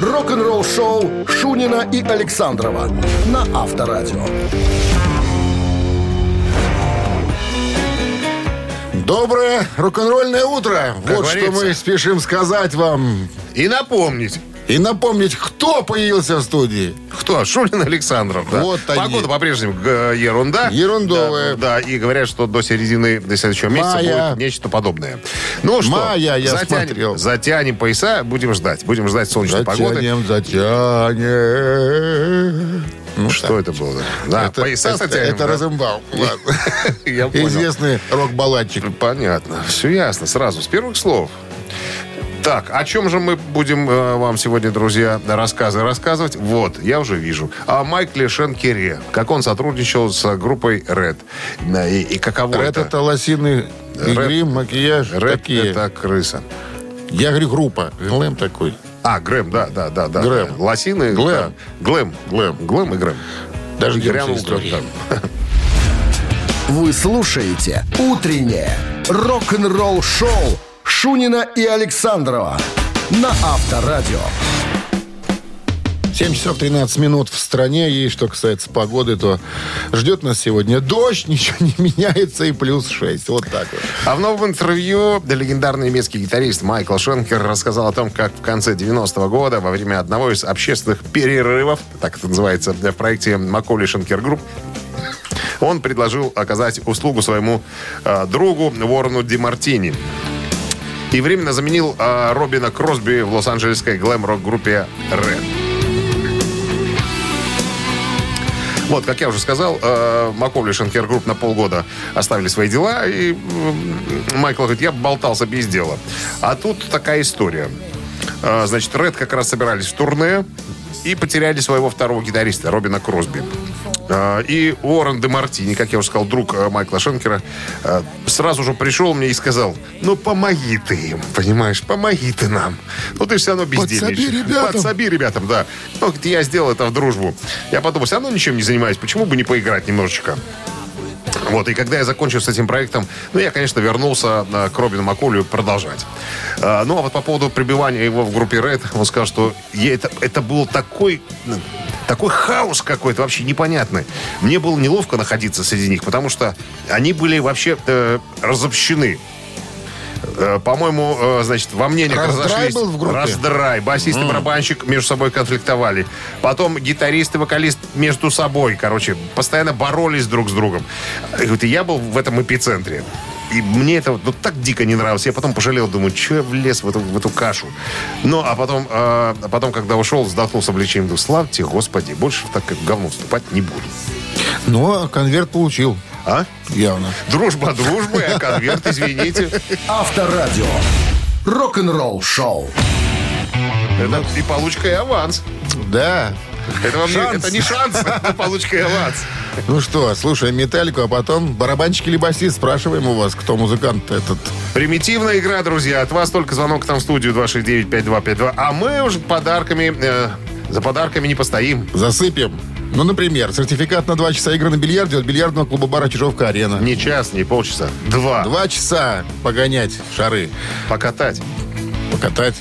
рок-н-ролл шоу Шунина и Александрова на Авторадио. Доброе рок-н-ролльное утро. Как вот что говорится. мы спешим сказать вам. И напомнить. И напомнить, кто появился в студии. Кто? Шулин Александров, да? Вот они. Погода по-прежнему г- ерунда. Ерундовая. Да, да, и говорят, что до середины до следующего месяца Мая. будет нечто подобное. Ну что, Мая, я затянем, смотрел. затянем пояса, будем ждать. Будем ждать солнечной погоды. Затянем, затянем. Ну, Что это было? Да, это, пояса это, затянем. это да? Розенбаум. Ладно. Я понял. Известный рок-балладчик. Понятно, все ясно, сразу, с первых слов. Так, о чем же мы будем э, вам сегодня, друзья, рассказы рассказывать? Вот, я уже вижу. О Майкле Шенкере, как он сотрудничал с группой Red. Да, И, и каково Рэд это? это лосины и Рэд- грим, макияж. Red такие. это крыса. Я говорю, группа. Глэм такой. А, Грэм, да, да, да. да Грэм. Лосины. Глэм. там, Глэм. Глэм. Глэм и Грэм. Даже Грянул грянул кто-то там. Вы слушаете «Утреннее рок-н-ролл-шоу» Шунина и Александрова на Авторадио. 7 часов 13 минут в стране. И что касается погоды, то ждет нас сегодня дождь, ничего не меняется и плюс 6. Вот так вот. А в новом интервью легендарный немецкий гитарист Майкл Шенкер рассказал о том, как в конце 90-го года во время одного из общественных перерывов, так это называется, в проекте Маколи Шенкер Групп, он предложил оказать услугу своему э, другу Ворону Демартини. И временно заменил э, Робина Кросби в лос-анджелесской глэм-рок-группе «Ред». Вот, как я уже сказал, э, Маковли Шенкер Групп на полгода оставили свои дела, и м, Майкл говорит, я болтался без дела. А тут такая история. Э, Значит, Ред как раз собирались в турне и потеряли своего второго гитариста, Робина Кросби. Э, И Уоррен де Мартини, как я уже сказал, друг э, Майкла Шенкера, э, сразу же пришел мне и сказал, ну помоги ты им, понимаешь, помоги ты нам. Ну ты все равно бездельничаешь. ребятам. Подсоби Соби ребятам, да. Ну, говорит, я сделал это в дружбу. Я подумал, все равно ничем не занимаюсь, почему бы не поиграть немножечко? Вот, и когда я закончил с этим проектом, ну, я, конечно, вернулся э, к Робину Макулю продолжать. А, ну, а вот по поводу прибивания его в группе Red, он сказал, что я это, это был такой, ну, такой хаос какой-то вообще непонятный. Мне было неловко находиться среди них, потому что они были вообще э, разобщены. Э, По-моему, э, значит, во мнениях Раздрай разошлись. был в группе? Раздрай. Басист и барабанщик между собой конфликтовали. Потом гитарист и вокалист между собой, короче, постоянно боролись друг с другом. И вот я был в этом эпицентре. И мне это вот, ну, так дико не нравилось. Я потом пожалел, думаю, что я влез в эту, в эту кашу. Ну, а потом, э, а потом, когда ушел, вздохнул с облегчением. Думаю, слава тебе, Господи, больше в такое говно вступать не буду. Но Ну, конверт получил. А? Явно. Дружба дружбы, а конверт, извините. Авторадио. Рок-н-ролл шоу. Это и получка, и аванс. Да. Это, вам не, Шанс. это не шанс, это получка и аванс. Ну что, слушаем металлику, а потом барабанщик или басист. Спрашиваем у вас, кто музыкант этот. Примитивная игра, друзья. От вас только звонок к нам в студию 269-5252. А мы уже подарками... э, за подарками не постоим. Засыпем. Ну, например, сертификат на 2 часа игры на бильярде от бильярдного клуба бара Чижовка-Арена. Не час, не полчаса. Два. Два часа погонять шары, Покатать. покатать.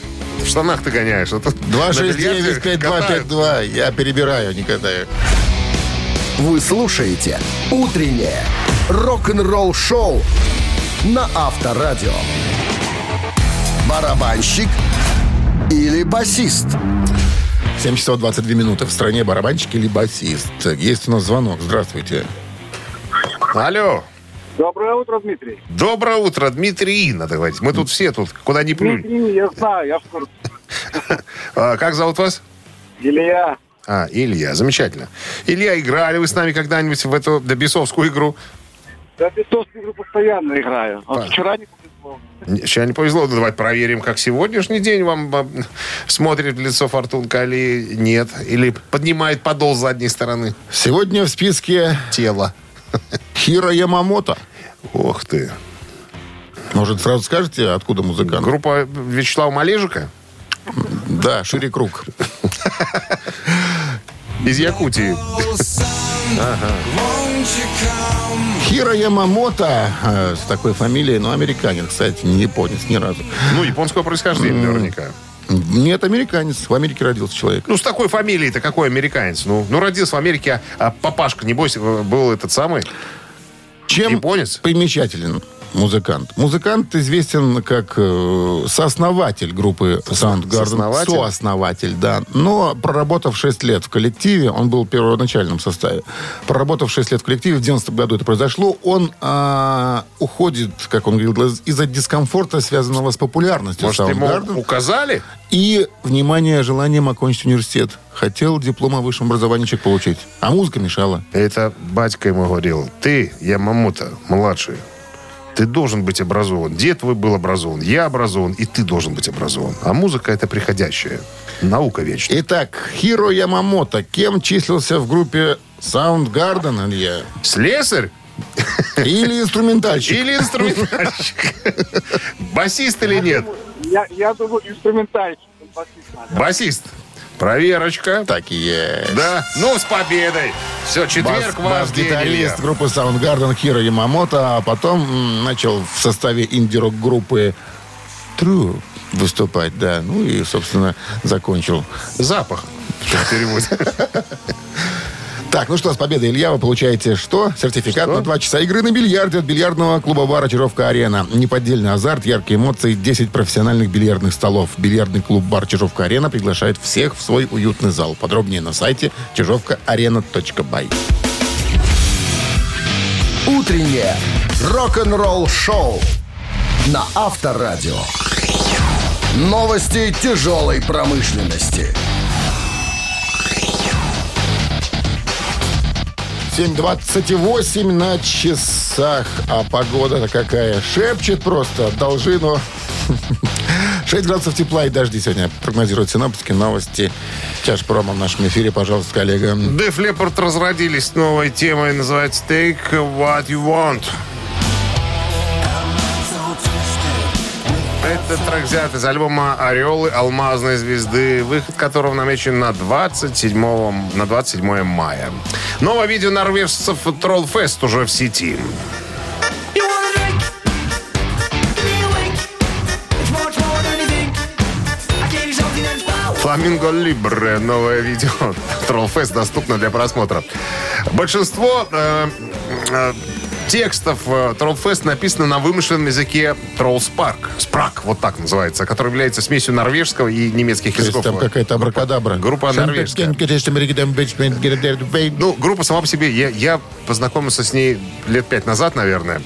В штанах ты гоняешь. а тут на бильярде 269-5252. катают. Я перебираю, не катаю. Вы слушаете «Утреннее рок-н-ролл-шоу» на Авторадио. Барабанщик или басист? 7 часов 22 минуты. В стране барабанщик или басист. Есть у нас звонок. Здравствуйте. Алло. Доброе утро, Дмитрий. Доброе утро, Дмитрий, надо говорить. Мы тут все, тут куда ни плюнь. Дмитрий, я знаю, я в курсе. А, как зовут вас? Илья, А, Илья, замечательно. Илья, играли вы с нами когда-нибудь в эту да, бесовскую игру? да бесовскую игру постоянно играю. А вчера не повезло. Сейчас не повезло, ну, давайте проверим, как сегодняшний день вам а, смотрит в лицо Фортунка или нет. Или поднимает подол с задней стороны Сегодня в списке тела. Хиро Ямамото. Ох ты. Может, сразу скажете, откуда музыкант? Группа Вячеслава Малежика Да, Шире Круг. из Якутии. Хиро Ямамото э, с такой фамилией, но американец, кстати, не японец ни разу. Ну, японского происхождения наверняка. Нет, американец. В Америке родился человек. Ну, с такой фамилией-то какой американец? Ну, ну родился в Америке, а, а папашка, небось, э, был этот самый? Чем Японец? примечателен музыкант? Музыкант известен как э, сооснователь группы Soundgarden. сооснователь? Сооснователь, да. Но проработав 6 лет в коллективе, он был в первоначальном составе, проработав 6 лет в коллективе, в 90 году это произошло, он а, уходит, как он говорил, из-за дискомфорта, связанного с популярностью Может, ему Soundgarden. указали? И, внимание, желанием окончить университет. Хотел диплом о высшем образовании человек получить. А музыка мешала. Это батька ему говорил. Ты, я мамута, младший, ты должен быть образован. Дед твой был образован, я образован, и ты должен быть образован. А музыка это приходящая. Наука вечная. Итак, Хиро Ямамото. Кем числился в группе Soundgarden, Илья? Слесарь Или инструментальщик? или инструментальщик? Басист или нет? Я, я думаю, инструментальщик. он басист, наверное. Басист. Проверочка. Так и есть. Да. Ну, с победой. Все, четверг ваш день, гитарист Илья. группы Soundgarden Хиро Ямамото, а потом м, начал в составе инди-рок группы True выступать, да. Ну и, собственно, закончил. Запах. Что в переводе. Так, ну что, с победой, Илья, вы получаете что? Сертификат на 2 часа игры на бильярде от бильярдного клуба бара «Чижовка-арена». Неподдельный азарт, яркие эмоции, 10 профессиональных бильярдных столов. Бильярдный клуб бар «Чижовка-арена» приглашает всех в свой уютный зал. Подробнее на сайте чижовкаарена.бай. Утреннее рок-н-ролл-шоу на Авторадио. Новости тяжелой промышленности. 7.28 на часах. А погода-то какая? Шепчет просто. Должи, но... 6 градусов тепла и дожди сегодня прогнозируют синоптики. Новости Чаш Прома в нашем эфире. Пожалуйста, коллега. Деф Леппорт разродились новой темой, называется «Take What You Want». Этот трек взят из альбома «Орелы алмазной звезды», выход которого намечен на 27, на 27 мая. Новое видео норвежцев «Троллфест» уже в сети. You wanna drink? Give me a wink. It's much more than you think. I gave you something that's foul. Фламинго Либре. Новое видео Троллфест доступно для просмотра. Большинство э, э, текстов э, Троллфест написано на вымышленном языке Троллспарк. Спрак, вот так называется, который является смесью норвежского и немецких То есть языков. там какая-то абракадабра. Группа норвежская. Ну, Ну, группа сама по себе, я, я познакомился с ней лет пять назад, наверное.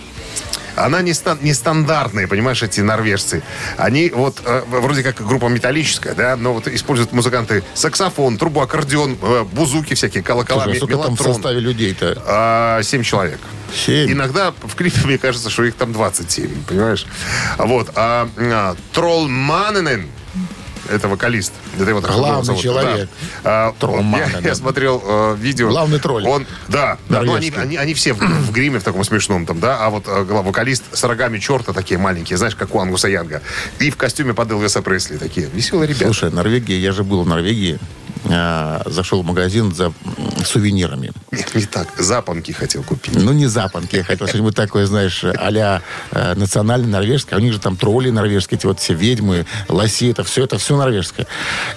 Она не ста- нестандартная, понимаешь, эти норвежцы. Они вот э, вроде как группа металлическая, да, но вот используют музыканты саксофон, трубу, аккордеон, э, бузуки всякие, колокола, Слушай, а ме- сколько там в мелатрон. составе людей-то? А, Семь человек. Семь? Иногда в клипе мне кажется, что их там 27, понимаешь? Вот. А, а, Тролл Манненен, это вокалист. Это его так Главный зовут, человек. да. А, Тролл вот я, Манненен. я смотрел э, видео. Главный тролль. Он, да. да ну, они, Норвежский. они- они все в, в гриме в таком смешном там, да. А вот э, гла- вокалист с рогами черта такие маленькие, знаешь, как у Ангуса Янга. И в костюме под Элвиса Пресли такие. Веселые ребята. Слушай, Норвегия, я же был в Норвегии, а, зашел в магазин за м, сувенирами. Нет, не так. Запонки хотел купить. Ну, не запонки, я хотел что-нибудь такое, знаешь, а-ля э, национально норвежское. У них же там тролли норвежские, эти вот все ведьмы, лоси, это все, это все норвежское.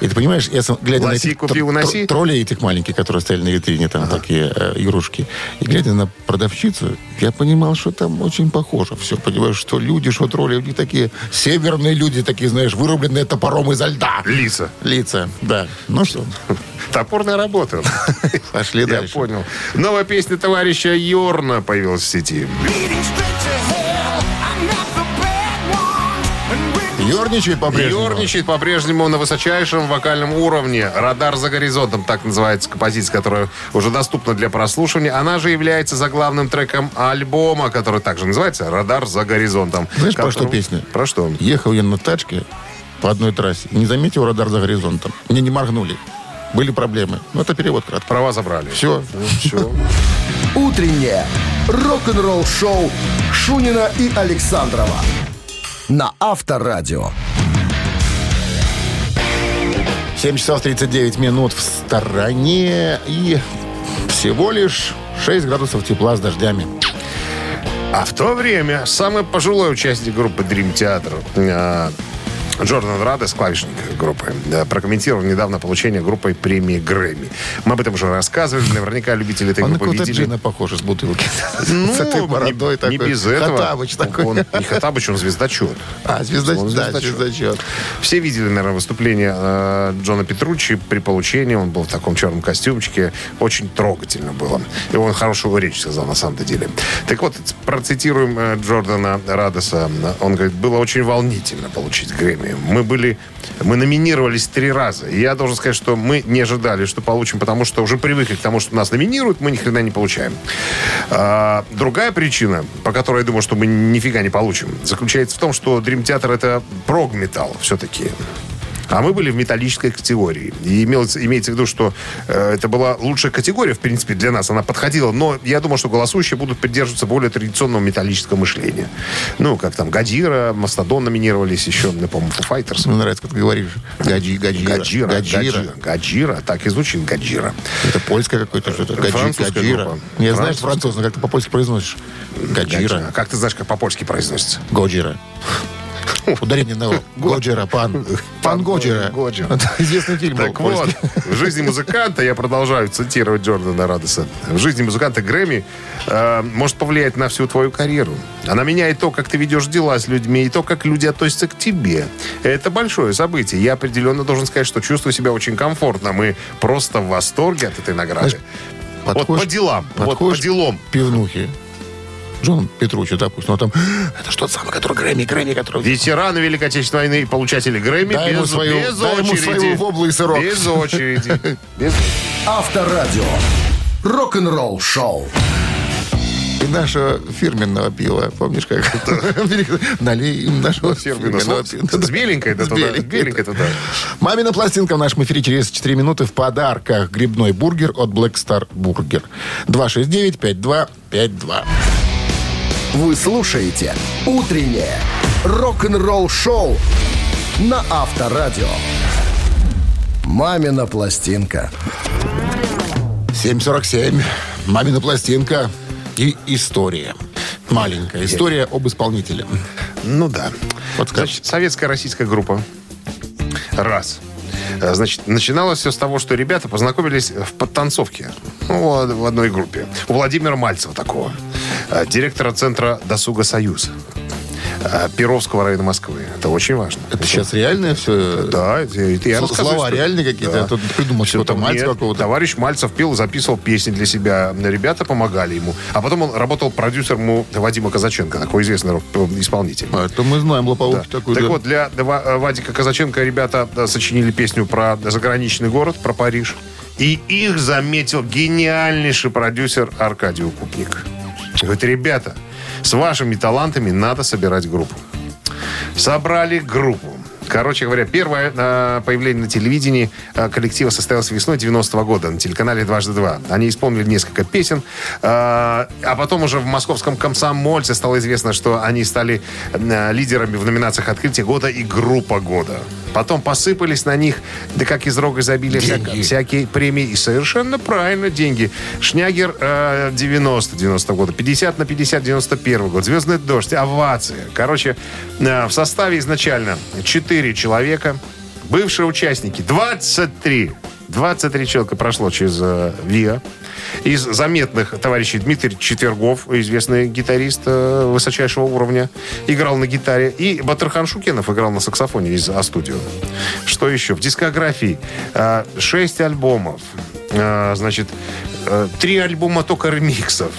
И ты понимаешь, я сам, глядя Лоси на этих купи, тр- уноси. тр- троллей этих маленьких, которые стояли на витрине, там такие э, игрушки, и глядя на продавщицу, я понимал, что там очень похоже все, понимаешь, что люди, что тролли, у них такие северные люди, такие, знаешь, вырубленные топором изо льда. Лица. Лица, да. Ну что, Топорная работа. пошли Я дальше. понял. Новая песня товарища Йорна появилась в сети. Leading straight to hell. I'm not the bad one. And when Ёрничает по-прежнему. Ёрничает по-прежнему на высочайшем вокальном уровне. «Радар за горизонтом» так называется композиция, которая уже доступна для прослушивания. Она же является заглавным треком альбома, который также называется «Радар за горизонтом». Знаешь, про Который- что песня? Про что? Ехал я на тачке по одной трассе, не заметил радар за горизонтом. Мне не моргнули. Были проблемы. Ну, это перевод кратко. Права забрали. Все. Всё. Утреннее рок-н-ролл-шоу Шунина и Александрова на Авторадио. 7 часов 39 минут в стороне и всего лишь 6 градусов тепла с дождями. А в то время самый пожилой участник группы Dream Theater, а, Джордан Радес, клавишник группы, да, прокомментировал недавно получение группой премии Грэмми. Мы об этом уже рассказывали. Наверняка любители этой Он на группы какого-то видели. джина похож из бутылки. Ну, С этой бородой не, не такой. без этого. Хоттабыч такой. Он, не Хатабыч, он звездочет. А, звезда- Он да, звездочет. звездочет. Все видели, наверное, выступление э, Джона Петруччи при получении. Он был в таком черном костюмчике. Очень трогательно было. И он хорошую речь сказал, на самом-то деле. Так вот, процитируем э, Джордана Радеса. Он говорит, было очень волнительно получить Грэмми. Мы были... Мы номинировались три раза. И я должен сказать, что мы не ожидали, что получим, потому что уже привыкли к тому, что нас номинируют, мы ни хрена не получаем. А, другая причина, по которой я думаю, что мы нифига не получим, заключается в том, что Dream Theater это прог-металл все-таки. А мы были в металлической категории. И имелось- имеется в виду, что э, это была лучшая категория, в принципе, для нас. Она подходила. Но я думал, что голосующие будут придерживаться более традиционного металлического мышления. Ну, как там, Гадира, Мастодон номинировались еще, ну, по-моему, Foo Fighters. Мне нравится, как ты говоришь. Гаджи, гаджира. Гаджира, гаджира. Гаджира, Гаджира, так и звучит Гаджира. Это польское какое-то что-то. Гаджи, Французская гаджира. группа. Я знаю, Французская. что француз, но как ты по-польски произносишь? А Гаджира. Как ты знаешь, как по-польски произносится? Годжира. Ударение на «о». Годжира, пан. Пан Годжира. Годжира. Это известный фильм был Так вот, польский. в жизни музыканта, я продолжаю цитировать Джордана Радоса, в жизни музыканта Грэмми э, может повлиять на всю твою карьеру. Она меняет то, как ты ведешь дела с людьми, и то, как люди относятся к тебе. Это большое событие. Я определенно должен сказать, что чувствую себя очень комфортно. Мы просто в восторге от этой награды. Знаешь, подходишь- вот по делам, вот подходишь по делам. к Пивнухе. Джон Петруччи, допустим, но там это что-то самое, который Грэмми, Грэмми, который... Ветераны Великой Отечественной войны и получатели Грэмми Дай без, ему свою- без дай ему очереди. свою воблу и сырок. Без очереди. Без Авторадио. Рок-н-ролл шоу. И нашего фирменного пива, помнишь, как это? Налей им нашего фирменного фирменного с- пива. с беленькой, да, С туда, беленькой, с беленькой да. туда. Мамина пластинка в нашем эфире через 4 минуты в подарках. Грибной бургер от Black Star Burger. 269-5252. Вы слушаете «Утреннее рок-н-ролл-шоу» на Авторадио. «Мамина пластинка». 747. Мамина пластинка и история. Маленькая история об исполнителе. Ну да. Вот скажи. Значит, советская российская группа. Раз. Э, Значит, начиналось все с того, что ребята познакомились в подтанцовке. Ну, в од- в одной группе. У Владимира Мальцева такого. э, Директора центра «Досуга Союз». э, Перовского района Москвы. Это очень важно. Это сейчас реальное все? Да, это- это Сл- я рассказываю слова историю. реальные какие-то? Я тут придумал Всё, что-то, там Мальц нет. какого-то. Товарищ Мальцев пел, записывал песни для себя. Ребята помогали ему. А потом он работал продюсером у Вадима Казаченко, такой известный рок- э, исполнитель. А, Это мы знаем, Да. лопоухи такой. так да. вот, для э, Ва- Вадика Казаченко ребята да, сочинили песню про заграничный город, про Париж. И их заметил гениальнейший продюсер Аркадий Укупник. Говорит, ребята, с вашими талантами надо собирать группу. Собрали группу. Короче говоря, первое э, появление на телевидении э, коллектива состоялось весной 90-го года на телеканале «Дважды два». Они исполнили несколько песен, э, а потом уже в московском «Комсомольце» стало известно, что они стали э, лидерами в номинациях «Открытие года» и «Группа года». Потом посыпались на них, да как из рога изобилия, вся- Деньги. всякие премии. И совершенно правильно деньги. Шнягер э, 90 90 года, 50 на 50 91 год, «Звездный дождь», «Овация». Короче, э, в составе изначально 4 человека, бывшие участники, 23 23 человека прошло через э, ВИА. Из заметных товарищей Дмитрий Четвергов, известный гитарист э, высочайшего уровня, играл на гитаре. И Батархан Шукенов играл на саксофоне из А-студио. Что еще? В дискографии 6 альбомов. Э, Значит, э, три альбома только ремиксов.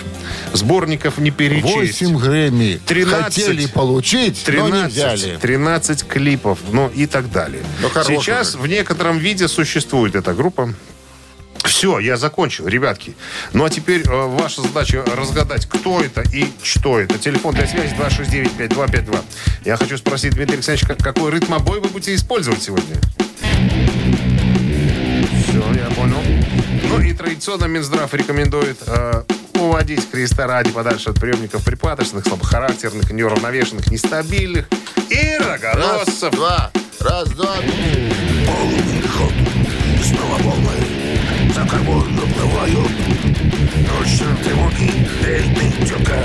Сборников не перечесть. 8 Грэмми. 13. Хотели получить, но не 13, взяли. 13 клипов, ну и так далее. Ну, хороший Сейчас же. в некотором виде существует эта группа. Все, я закончил, ребятки. Ну а теперь э, ваша задача разгадать, кто это и что это. Телефон для связи 269-5252. Я хочу спросить Дмитрия Александровича, как- какой ритм обои вы будете использовать сегодня? Все, я понял. Ну и традиционно Минздрав рекомендует э, уводить Христа ради подальше от приемников припадочных, слабохарактерных, неуравновешенных, нестабильных и рогоносцев. два, раз, два. Полный ход. Снова полный. Закрой кого наплываю. Ночью ты луги, эй, ты, тёка,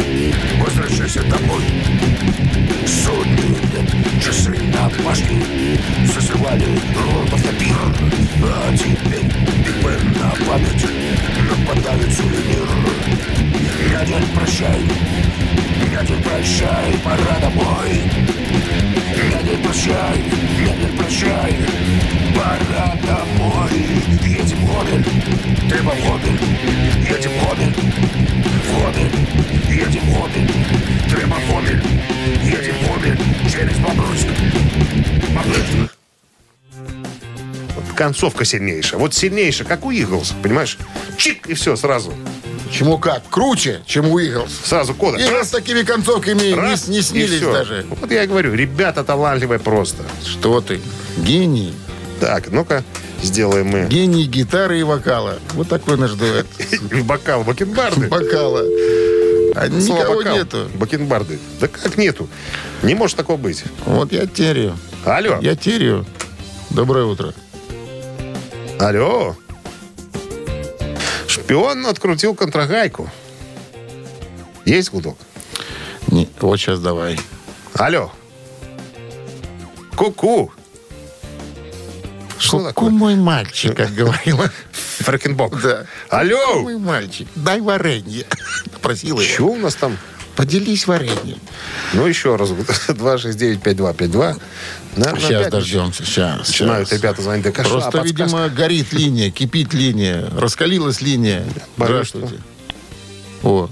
возвращайся домой. Сотни лет часы на башне Зазывали роботов на пир А теперь Биг Бен на память Нападают сувенир Дядя, прощай Дядя, прощай, пора домой Дядя, прощай, дядя, прощай Пора домой Едем в Гомель, ты во Гомель Едем в Гомель, в Гомель Едем в Гомель, ты во Гомель Едем в Гомель через Бобруйск Бобруйск Вот концовка сильнейшая. Вот сильнейшая, как у Иглс, понимаешь? Чик, и все сразу. Чему как? Круче, чем у Иглс. Сразу кода. Игры с такими концовками не- раз, не, и снились всё. даже. Вот я и говорю, ребята талантливые просто. Что ты? Гений. Так, ну-ка, сделаем мы Гений гитары и вокала. Вот такой наш дуэт. бокал бакенбарды. Бокала. А Слово никого бокал. нету. Бакенбарды. Да как нету? Не может такого быть. Вот я терю. Алло. Я терю. Доброе утро. Алло. Шпион открутил контрагайку. Есть гудок? Не, вот сейчас давай. Алло. Ку-ку. Что Ку-ку, такое? мой мальчик, как говорила. Фрэкенбок. Да. «Ку-ку, Алло. Мой мальчик, дай варенье. Просила я. Чего у нас там? Поделись вареньем. Ну, еще раз. 269-5252. Наверное, Сейчас опять дождемся. Сейчас. Начинают ребята звонить. Да, каша, Просто, а подсказка? видимо, горит линия, кипит линия, раскалилась линия. Боюсь, Здравствуйте. О,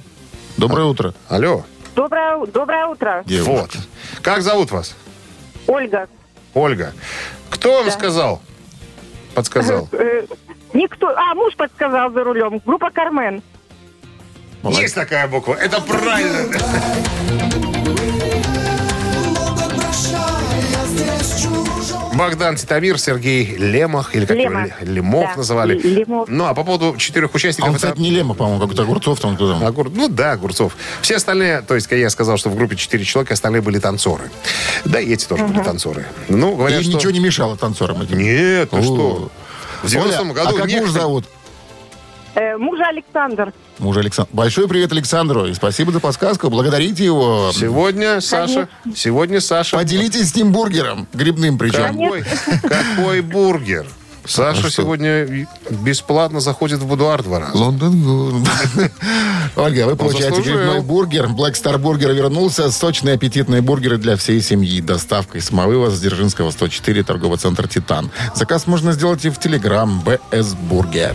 доброе утро, Алло. Доброе, у- доброе утро, девушка. А. Вот. Как зовут вас? Ольга. Ольга. Кто вам сказал? Подсказал. Э, Никто... А, муж подсказал за рулем. Группа «Кармен». Есть такая буква. Это правильно. Богдан Титамир, Сергей Лемах, или как его, Лемах. Ле- Лемов Да, называли. Л- Лемов. Ну, а по поводу четырех А он, участников... это- кстати, не Лема, по-моему, какой-то огурцов там кто там. Огур- Ну да, Огурцов. Все остальные, то есть я сказал, что в группе четыре человека, остальные были танцоры. Да, и эти тоже были танцоры. Ну, И говорят, что... ничего не мешало танцорам этим. Нет, ты О. что? В 90-м Оля, году а как некто- муж зовут? Э, мужа Александр. Муж Александр. Большой привет Александру. И спасибо за подсказку. Благодарите его. Сегодня Саша, сегодня Саша... Поделитесь с ним бургером. Грибным причем. Какой, какой бургер? Саша А что? сегодня бесплатно заходит в будуар два раза. Лондон Гуд. Ольга, вы получаете заслужил. грибной бургер. Black Star Burger вернулся. Сочные аппетитные бургеры для всей семьи. Доставка из Самовыва, с Дзержинского, 104, торговый центр «Титан». Заказ можно сделать и в Телеграм «БС Бургер».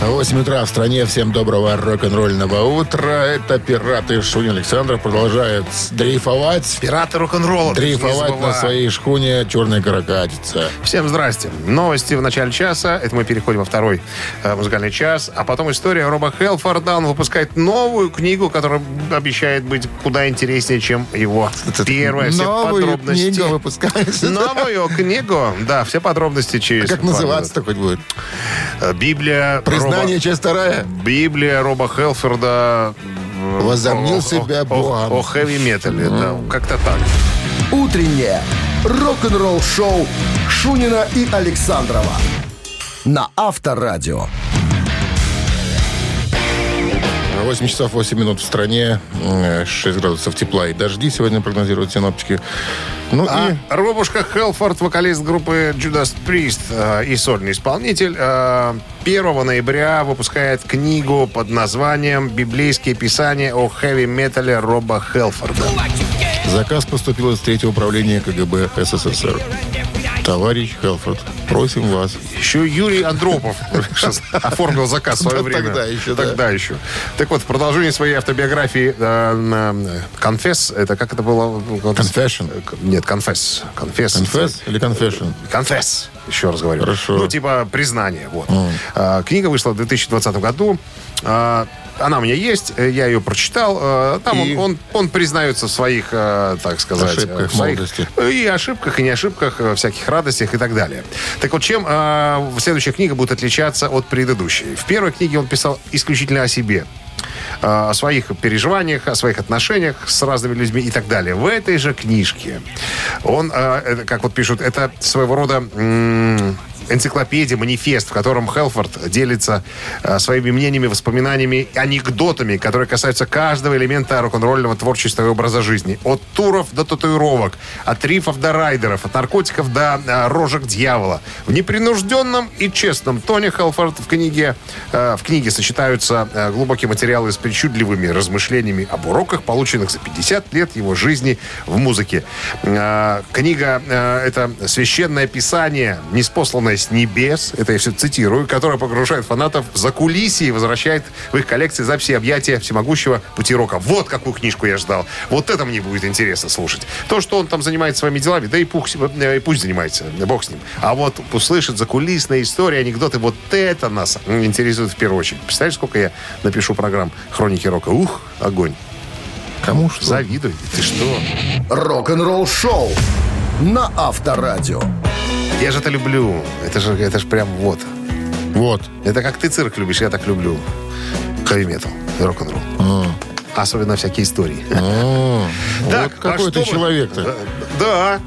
8 утра в стране. Всем доброго рок-н-ролльного утра. Это «Пираты» Шунин Александров продолжает дрейфовать. Пираты рок-н-ролла. не Дрейфовать забывай. на своей шхуне «Черная каракатица». Всем здрасте. Новости в начале часа. Это мы переходим во второй э, музыкальный час. А потом история Роба Хелфорда. Он выпускает новую книгу, которая обещает быть куда интереснее, чем его первая. Все Новую подробности. книгу выпускается. Новую книгу. Да, все подробности А через... Как пару называться-то хоть будет? минут. Э, Библия Признание, Роба- часть вторая. Библия Роба Хелфорда. э, Возомнил о- себя о- Богом. О, хэви-метале, да, как-то так. Утреннее рок-н-ролл-шоу Шунина и Александрова на Авторадио. 8 часов 8 минут в стране, э, 6 градусов тепла и дожди сегодня прогнозируют синоптики. Ну А и Робушка Хелфорд, вокалист группы Judas Priest э, и сольный исполнитель, э, 1 ноября выпускает книгу под названием «Библейские писания о хэви-метале Роба Хелфорда». заказ поступил из третьего управления КГБ СССР. Товарищ Хелфорд, просим вас. Еще Юрий Андропов сейчас оформил заказ в свое Да, время. тогда еще, да. Тогда еще. Так вот, в продолжении своей автобиографии э, на- «Конфесс», это как это было? Confession. Нет, «Конфесс». «Конфесс». Confess или confession? Конфесс, еще раз говорю. Хорошо. Ну, типа признание, вот. А, книга вышла в 2020 году. А, она у меня есть, э, я ее прочитал. А, там И? он, он, он признается в своих, э, так сказать... э, Ошибках в своих- молодости. И ошибках, и не ошибках, э, всяких радостях и так далее. Так вот, чем э, следующая книга будет отличаться от предыдущей? В первой книге он писал исключительно о себе э, о своих переживаниях, о своих отношениях с разными людьми и так далее. В этой же книжке он, э, это, как вот пишут, это своего рода м, энциклопедия, манифест, в котором Хелфорд делится э, своими мнениями, воспоминаниями, анекдотами, которые касаются каждого элемента рок-н-ролльного творчества и образа жизни. От туров до татуировок, от рифов до райдеров, от наркотиков до э, рожек дьявола. В непринужденном и честном тоне Хелфорд в книге, э, в книге сочетаются э, глубокие материалы с причудливыми размышлениями об уроках, полученных за 50 лет его жизни в музыке. Э, Книга э, это священное писание, неспосланное с небес, это я все цитирую, которое погружает фанатов за кулиси и возвращает в их коллекции записи объятия всемогущего пути рока. Вот какую книжку я ждал. Вот это мне будет интересно слушать. То, что он там занимается своими делами, да и, пух- э, и пусть занимается, бог с ним. А вот услышать закулисные истории, анекдоты, вот это нас интересует в первую очередь. Представляешь, сколько я напишу программ «Хроники рока». Ух, огонь. Кому что? Завидую. Ты что? Рок-н-ролл шоу на Авторадио. Я же это люблю. Это же, это же прям вот. Вот. Это как ты цирк любишь, я так люблю. Хэви-метал, рок-н-ролл. Особенно всякие истории. М, А. Вот Так, а какой что ты мы- человек-то. Да.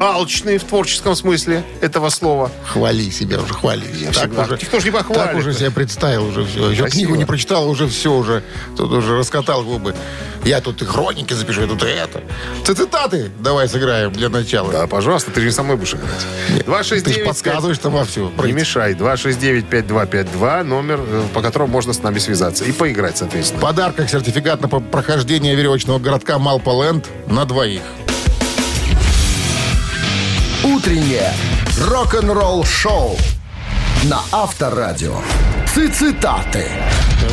Алчный в творческом смысле этого слова. Хвали себя уже, хвали. Я всегда. Никто ж не похвалит. Так уже себя представил уже все. Еще Красиво. книгу не прочитал, уже все уже. Тут уже раскатал губы. Я тут и хроники запишу, я тут и это. Цитаты давай сыграем для начала. Да, пожалуйста, ты же не со мной будешь играть. Ты же 269 подсказываешь там вовсю. Не мешай. 269-5252, номер, э, по которому можно с нами связаться и поиграть, В соответственно. подарках сертификат на по- прохождение веревочного городка Малполенд на двоих. Утреннее рок-н-ролл шоу на Авторадио. Цитаты.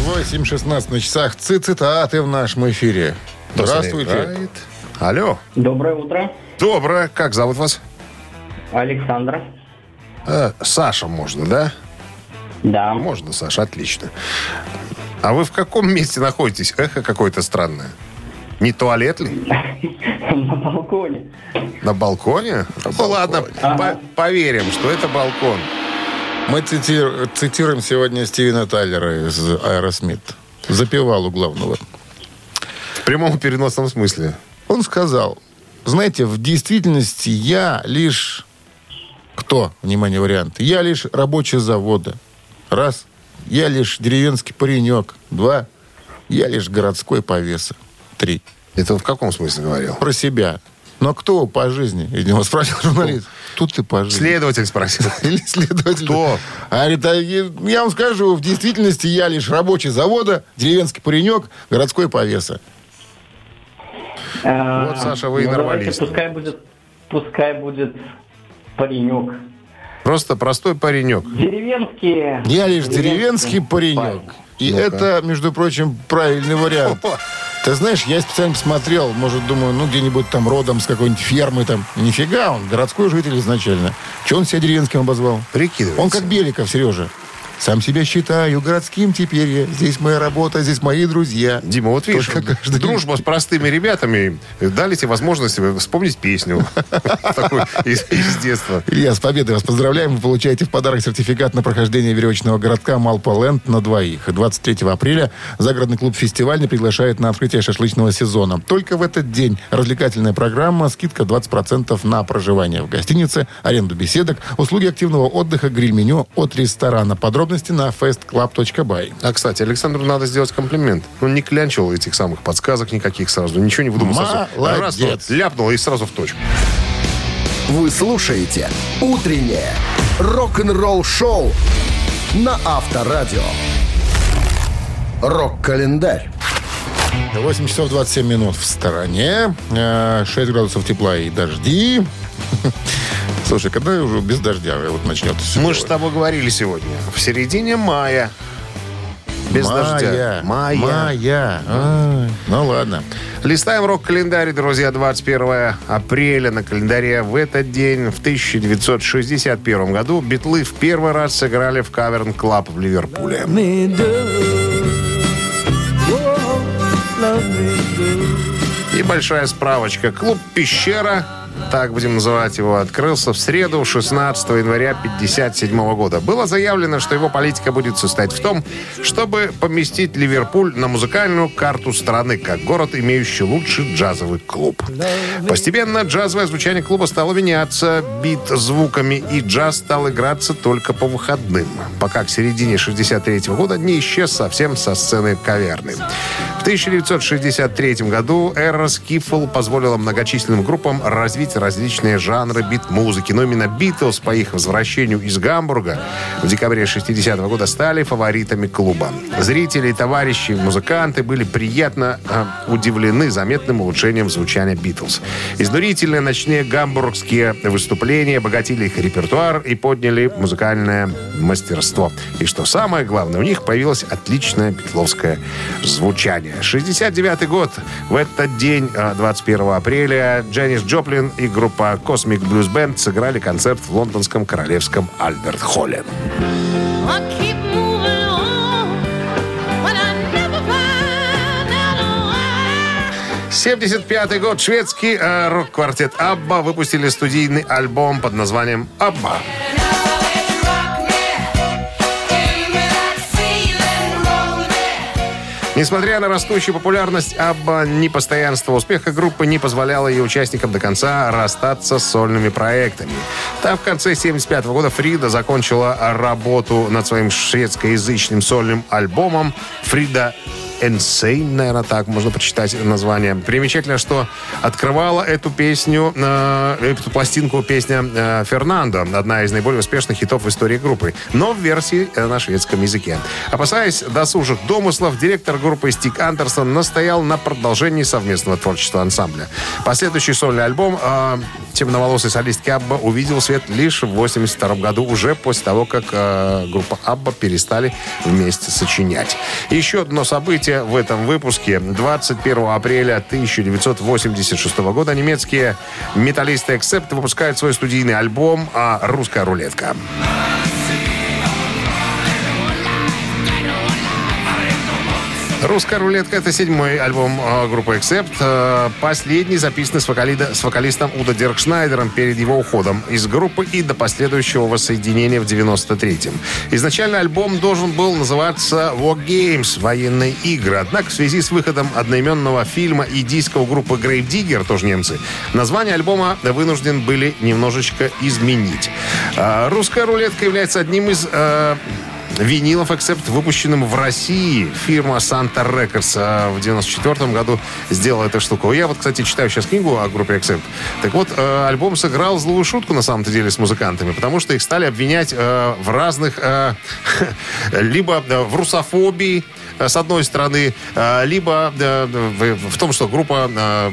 8.16 на часах. Цитаты в нашем эфире. Здравствуйте. Играет. Алло. Доброе утро, Доброе. Как зовут вас? Александра. Э, Саша можно, да? Да, Можно, Саша, отлично. А вы в каком месте находитесь? Эхо какое-то странное. Не туалет ли? на балконе. На балконе? Ну ладно, Ага. по- поверим, что это балкон. Мы цитир- цитируем сегодня Стивена Тайлера из Аэросмит. Запевал у главного. В прямом переносном смысле. Он сказал, знаете, в действительности я лишь... Кто? Внимание, вариант. Я лишь рабочий завода. Раз. Я лишь деревенский паренек. Два. Я лишь городской повеса. Три. Это он в каком смысле говорил? Про себя. Но кто по жизни? Видимо, спросил журналист. Тут ты по жизни. Следователь спросил. Или следователь. Кто? А говорит, а я я вам скажу, в действительности я лишь рабочий завода, деревенский паренек, городской повеса. Вот, Саша, вы и Ну, давайте, нормалист. Пускай будет, пускай будет паренек. Просто простой паренек. Деревенские. Я лишь деревенский паренек. И это, между прочим, правильный вариант. Опа. Ты знаешь, я специально посмотрел, может, думаю, ну, где-нибудь там родом с какой-нибудь фермы там. Нифига, он городской житель изначально. Че он себя деревенским обозвал? Прикидывается. Он как Беликов, Сережа. Сам себя считаю городским теперь я. Здесь моя работа, здесь мои друзья. Дима, вот видишь, Только каждый- дружба с простыми ребятами дали тебе возможность вспомнить песню. Такую из из детства. Илья, с победой вас поздравляем. Вы получаете в подарок сертификат на прохождение веревочного городка Малполенд на двоих. 23 апреля загородный клуб «Фестивальный» приглашает на открытие шашлычного сезона. Только в этот день развлекательная программа, скидка 20% на проживание в гостинице, аренду беседок, услуги активного отдыха, гриль-меню от ресторана. Подробности на festclub.by. А, кстати, Александру надо сделать комплимент. Он не клянчил этих самых подсказок никаких сразу. Ничего не выдумал сразу. Молодец. Раз, вот, ляпнул и сразу в точку. Вы слушаете «Утреннее рок-н-ролл-шоу» на Авторадио. Рок-календарь. 8 часов 27 минут в стороне. Э, 6 градусов тепла и дожди. Слушай, когда уже без дождя вот начнется? всё Мы же с дело? тобой говорили сегодня. В середине мая. Без дождя. Мая. Мая. А, ну ладно. Листаем рок-календарь, друзья, 21 апреля на календаре. В этот день, в 1961 году, битлы в первый раз сыграли в Каверн Клаб в Ливерпуле. И большая справочка. Клуб «Пещера» так будем называть его, открылся в среду 16 января 1957 года. Было заявлено, что его политика будет состоять в том, чтобы поместить Ливерпуль на музыкальную карту страны, как город, имеющий лучший джазовый клуб. Постепенно джазовое звучание клуба стало меняться бит звуками, и джаз стал играться только по выходным, пока к середине 63 года не исчез совсем со сцены каверны. В 1963 году эра Скифл позволила многочисленным группам развить различные жанры бит-музыки. Но именно Битлз по их возвращению из Гамбурга в декабре 60 года стали фаворитами клуба. Зрители, товарищи, музыканты были приятно э, удивлены заметным улучшением звучания Битлз. Изнурительные ночные гамбургские выступления обогатили их репертуар и подняли музыкальное мастерство. И что самое главное, у них появилось отличное битловское звучание. 69 год. В этот день, э, 21 апреля, Дженнис Джоплин и группа Cosmic Blues Band сыграли концерт в лондонском королевском Альберт-Холле. I keep moving on, but I never find out why. 75 год. Шведский э, рок-квартет «Абба» выпустили студийный альбом под названием «Абба». Несмотря на растущую популярность, Абба непостоянство успеха группы не позволяло ее участникам до конца расстаться с сольными проектами. Так, в конце 1975 года Фрида закончила работу над своим шведскоязычным сольным альбомом «Фрида Insane, наверное, так можно прочитать название. Примечательно, что открывала эту песню, э, эту пластинку песня э, Фернандо, одна из наиболее успешных хитов в истории группы, но в версии э, на шведском языке. Опасаясь досужих домыслов, директор группы Стик Андерсон настоял на продолжении совместного творчества ансамбля. Последующий сольный альбом э, темноволосой солистки Абба увидел свет лишь в 1982 году, уже после того, как э, группа Абба перестали вместе сочинять. Еще одно событие в этом выпуске. 21 апреля 1986 года немецкие металлисты Accept выпускают свой студийный альбом а, «Русская рулетка». «Русская рулетка» — это седьмой альбом э, группы «Эксепт». Э, Последний записанный с, вокалида- с вокалистом Удо Диркшнайдером перед его уходом из группы и до последующего воссоединения в 93-м. Изначально альбом должен был называться «War Games» — «Военные игры». Однако в связи с выходом одноименного фильма и диска у группы Grave Digger, тоже немцы, название альбома вынужден были немножечко изменить. Э, «Русская рулетка» является одним из... э, винилов Accept, выпущенным в России. Фирма Santa Records а, в 94 году сделала эту штуку. Я вот, кстати, читаю сейчас книгу о группе Accept. Так вот, э, альбом сыграл злую шутку, на самом-то деле, с музыкантами, потому что их стали обвинять э, в разных... э, либо э, в русофобии, э, с одной стороны, э, либо э, в, в том, что группа э,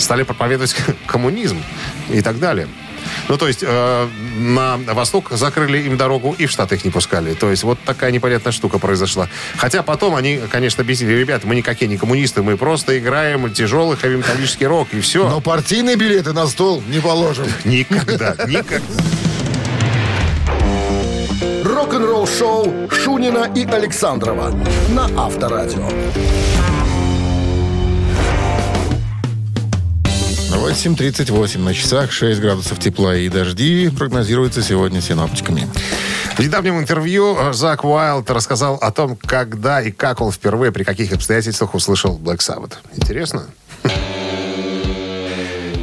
стали проповедовать коммунизм и так далее. Ну, то есть э, на восток закрыли им дорогу и в Штаты их не пускали. То есть вот такая непонятная штука произошла. Хотя потом они, конечно, объяснили, ребят, мы никакие не коммунисты, мы просто играем тяжелый хэви-металлический рок, и все. Но партийные билеты на стол не положим. Никогда, никогда. Рок-н-ролл-шоу Шунина и Александрова на Авторадио. 8.38 на часах, 6 градусов тепла и дожди прогнозируется сегодня синоптиками. В недавнем интервью э, Зак Уайлд рассказал о том, когда и как он впервые, при каких обстоятельствах услышал Black Sabbath. Интересно?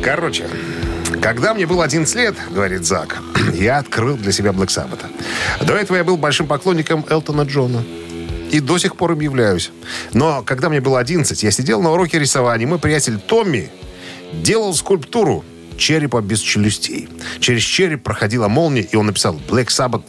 Короче, когда мне было 11 лет, говорит Зак, я открыл для себя Black Sabbath. До этого я был большим поклонником Элтона Джона. И до сих пор им являюсь. Но когда мне было 11, я сидел на уроке рисования. и Мой приятель Томми делал скульптуру черепа без челюстей. Через череп проходила молния, и он написал «Black Sabbath»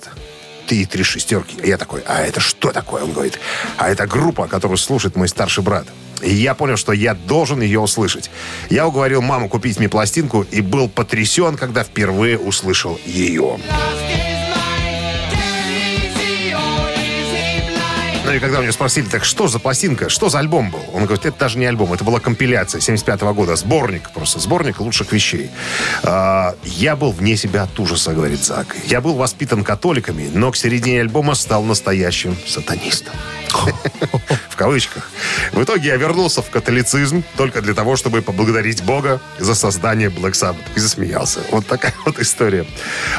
ты и три шестерки. И Я такой, а это что такое? Он говорит, а это группа, которую слушает мой старший брат. И я понял, что я должен ее услышать. Я уговорил маму купить мне пластинку и был потрясен, когда впервые услышал ее. Lost is mine, dead is the only safe light. Ну и когда у меня спросили, так что за пластинка, что за альбом был? Он говорит, это даже не альбом, это была компиляция 75 года, сборник просто, сборник лучших вещей. А, я был вне себя от ужаса, говорит Зак. Я был воспитан католиками, но к середине альбома стал настоящим сатанистом. В кавычках. В итоге я вернулся в католицизм только для того, чтобы поблагодарить Бога за создание Black Sabbath. И засмеялся. Вот такая вот история.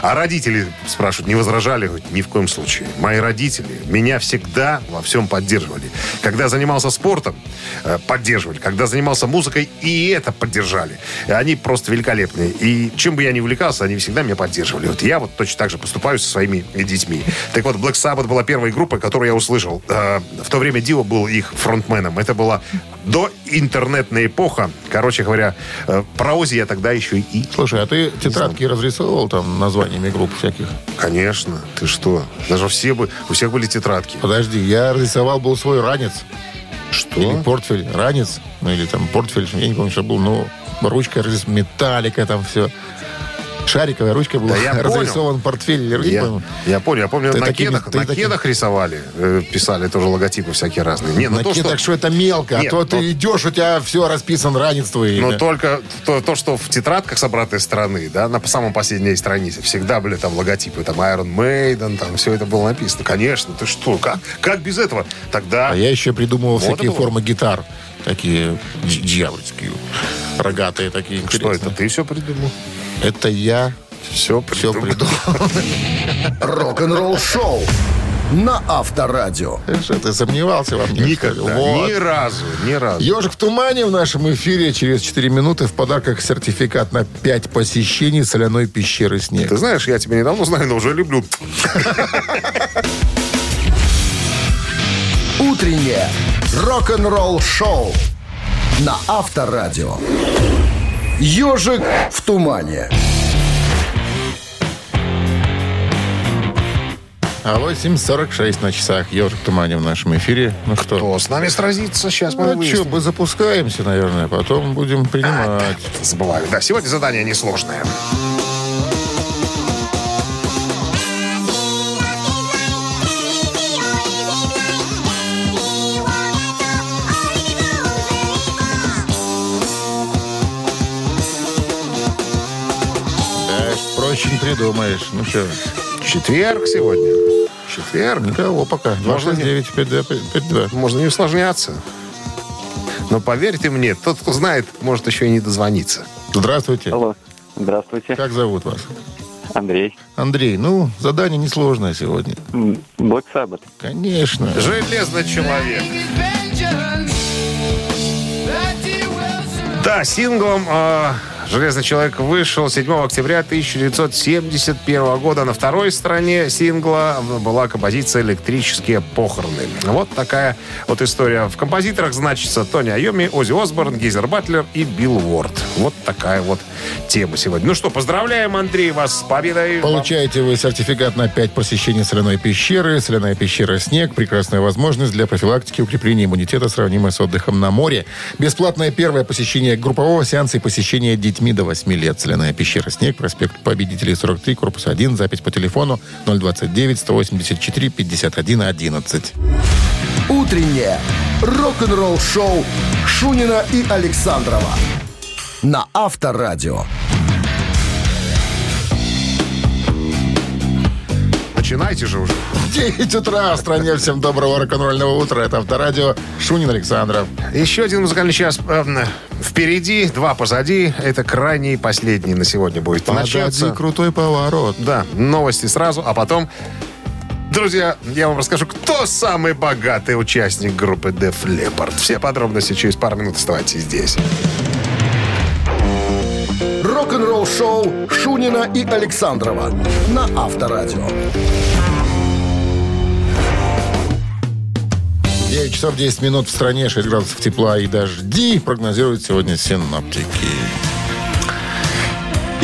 А родители, спрашивают, не возражали? Говорю, Ни в коем случае. Мои родители меня всегда во всем поддерживали. Когда занимался спортом, э, поддерживали. Когда занимался музыкой, и это поддержали. И Они просто великолепные. И чем бы я ни увлекался, они всегда меня поддерживали. Вот я вот точно так же поступаю со своими детьми. Так вот, Black Sabbath была первой группой, которую я услышал. Э, В то время Дио был их фронтменом. Это была доинтернетная эпоха. Короче говоря, э, про Ози я тогда еще и... Слушай, а ты тетрадки разрисовывал там названиями групп всяких? Конечно, ты что? Даже все бы... У всех были тетрадки. Подожди, я разрисовал был свой ранец. Или Что? портфель. Ранец. Ну, или там портфель. Я не помню, что был. Но ручка разрис- металлика там все. Шариковая ручка была. Да я понял. Разрисован портфель. или не Я, помню. я понял, я помню, Ты на, такими- кедах, ты на такими- кедах рисовали, э, писали тоже логотипы всякие разные. Не, ну На то, что- кедах, что это мелко. Нет, а то ну- ты идешь, у тебя все расписан ранец твой. Но Ну, только то, то, что в тетрадках с обратной стороны, да, на самом последней странице всегда были там логотипы, там Iron Maiden, там все это было написано. Конечно, ты что, как, как без этого? Тогда А я еще придумывал Мода всякие была. формы гитар. Такие дь- дьявольские. Рогатые такие. что это? интересные. Ты все придумал? Это я Все все придумал. придумал. Рок-н-ролл шоу на Авторадио. Что ты сомневался во мне? что ли? Никогда. Вот. Ни разу, ни разу. Ежик в тумане в нашем эфире через 4 минуты в подарках сертификат на 5 посещений соляной пещеры снег. Ты знаешь, я тебя недавно знаю, но уже люблю. Утреннее рок-н-ролл шоу на Авторадио. Ежик в тумане. А 8.46 на часах. Ежик в тумане в нашем эфире. Ну что? Кто с нами сразится? Сейчас мы Ну что, выясним. мы запускаемся, наверное, потом будем принимать. Забываю. Да, сегодня задание несложное. Да, проще не придумаешь. Ну что, Четверг сегодня. Четверг. никого пока. Можно не- 269-5252. Можно не усложняться. Но поверь ты мне, тот, кто знает, может еще и не дозвониться. Здравствуйте. Алло. Здравствуйте, Как зовут вас? Андрей. Андрей, ну, задание несложное сегодня. М, Black Sabbath. Конечно. Железный человек. Да, синглом э, «Железный человек» вышел 7 октября 1971 года. На второй стороне сингла была композиция «Электрические похороны». Вот такая вот история. В композиторах значится Тони Айоми, Ози Осборн, Гейзер Батлер и Билл Уорд. Вот такая вот тема сегодня. Ну что, поздравляем, Андрей, вас с победой. Получаете вы сертификат на 5 посещений соляной пещеры. Соляная пещера «Снег» – прекрасная возможность для профилактики и укрепления иммунитета, сравнимая с отдыхом на море. Бесплатное первое посещение группового сеанса и посещение детьми до 8 лет. Соляная пещера «Снег», проспект Победителей, 43, корпус 1, запись по телефону 029-184-51-11. Утреннее рок-н-ролл шоу Шунина и Александрова на Авторадио. Начинайте же уже. 9 утра в стране. Всем доброго рок-н-ролльного утра. Это Авторадио. Шунин Александров. Еще один музыкальный час э, впереди, два позади. Это крайний и последний на сегодня будет. Начаться. Начаться. крутой поворот. Да, новости сразу, а потом... Друзья, я вам расскажу, кто самый богатый участник группы Def Leppard. Все подробности через пару минут. Оставайтесь здесь. Рок-н-ролл шоу Шунина и Александрова на Авторадио. 9 часов 10 минут в стране, 6 градусов тепла и дожди прогнозируют сегодня синоптики.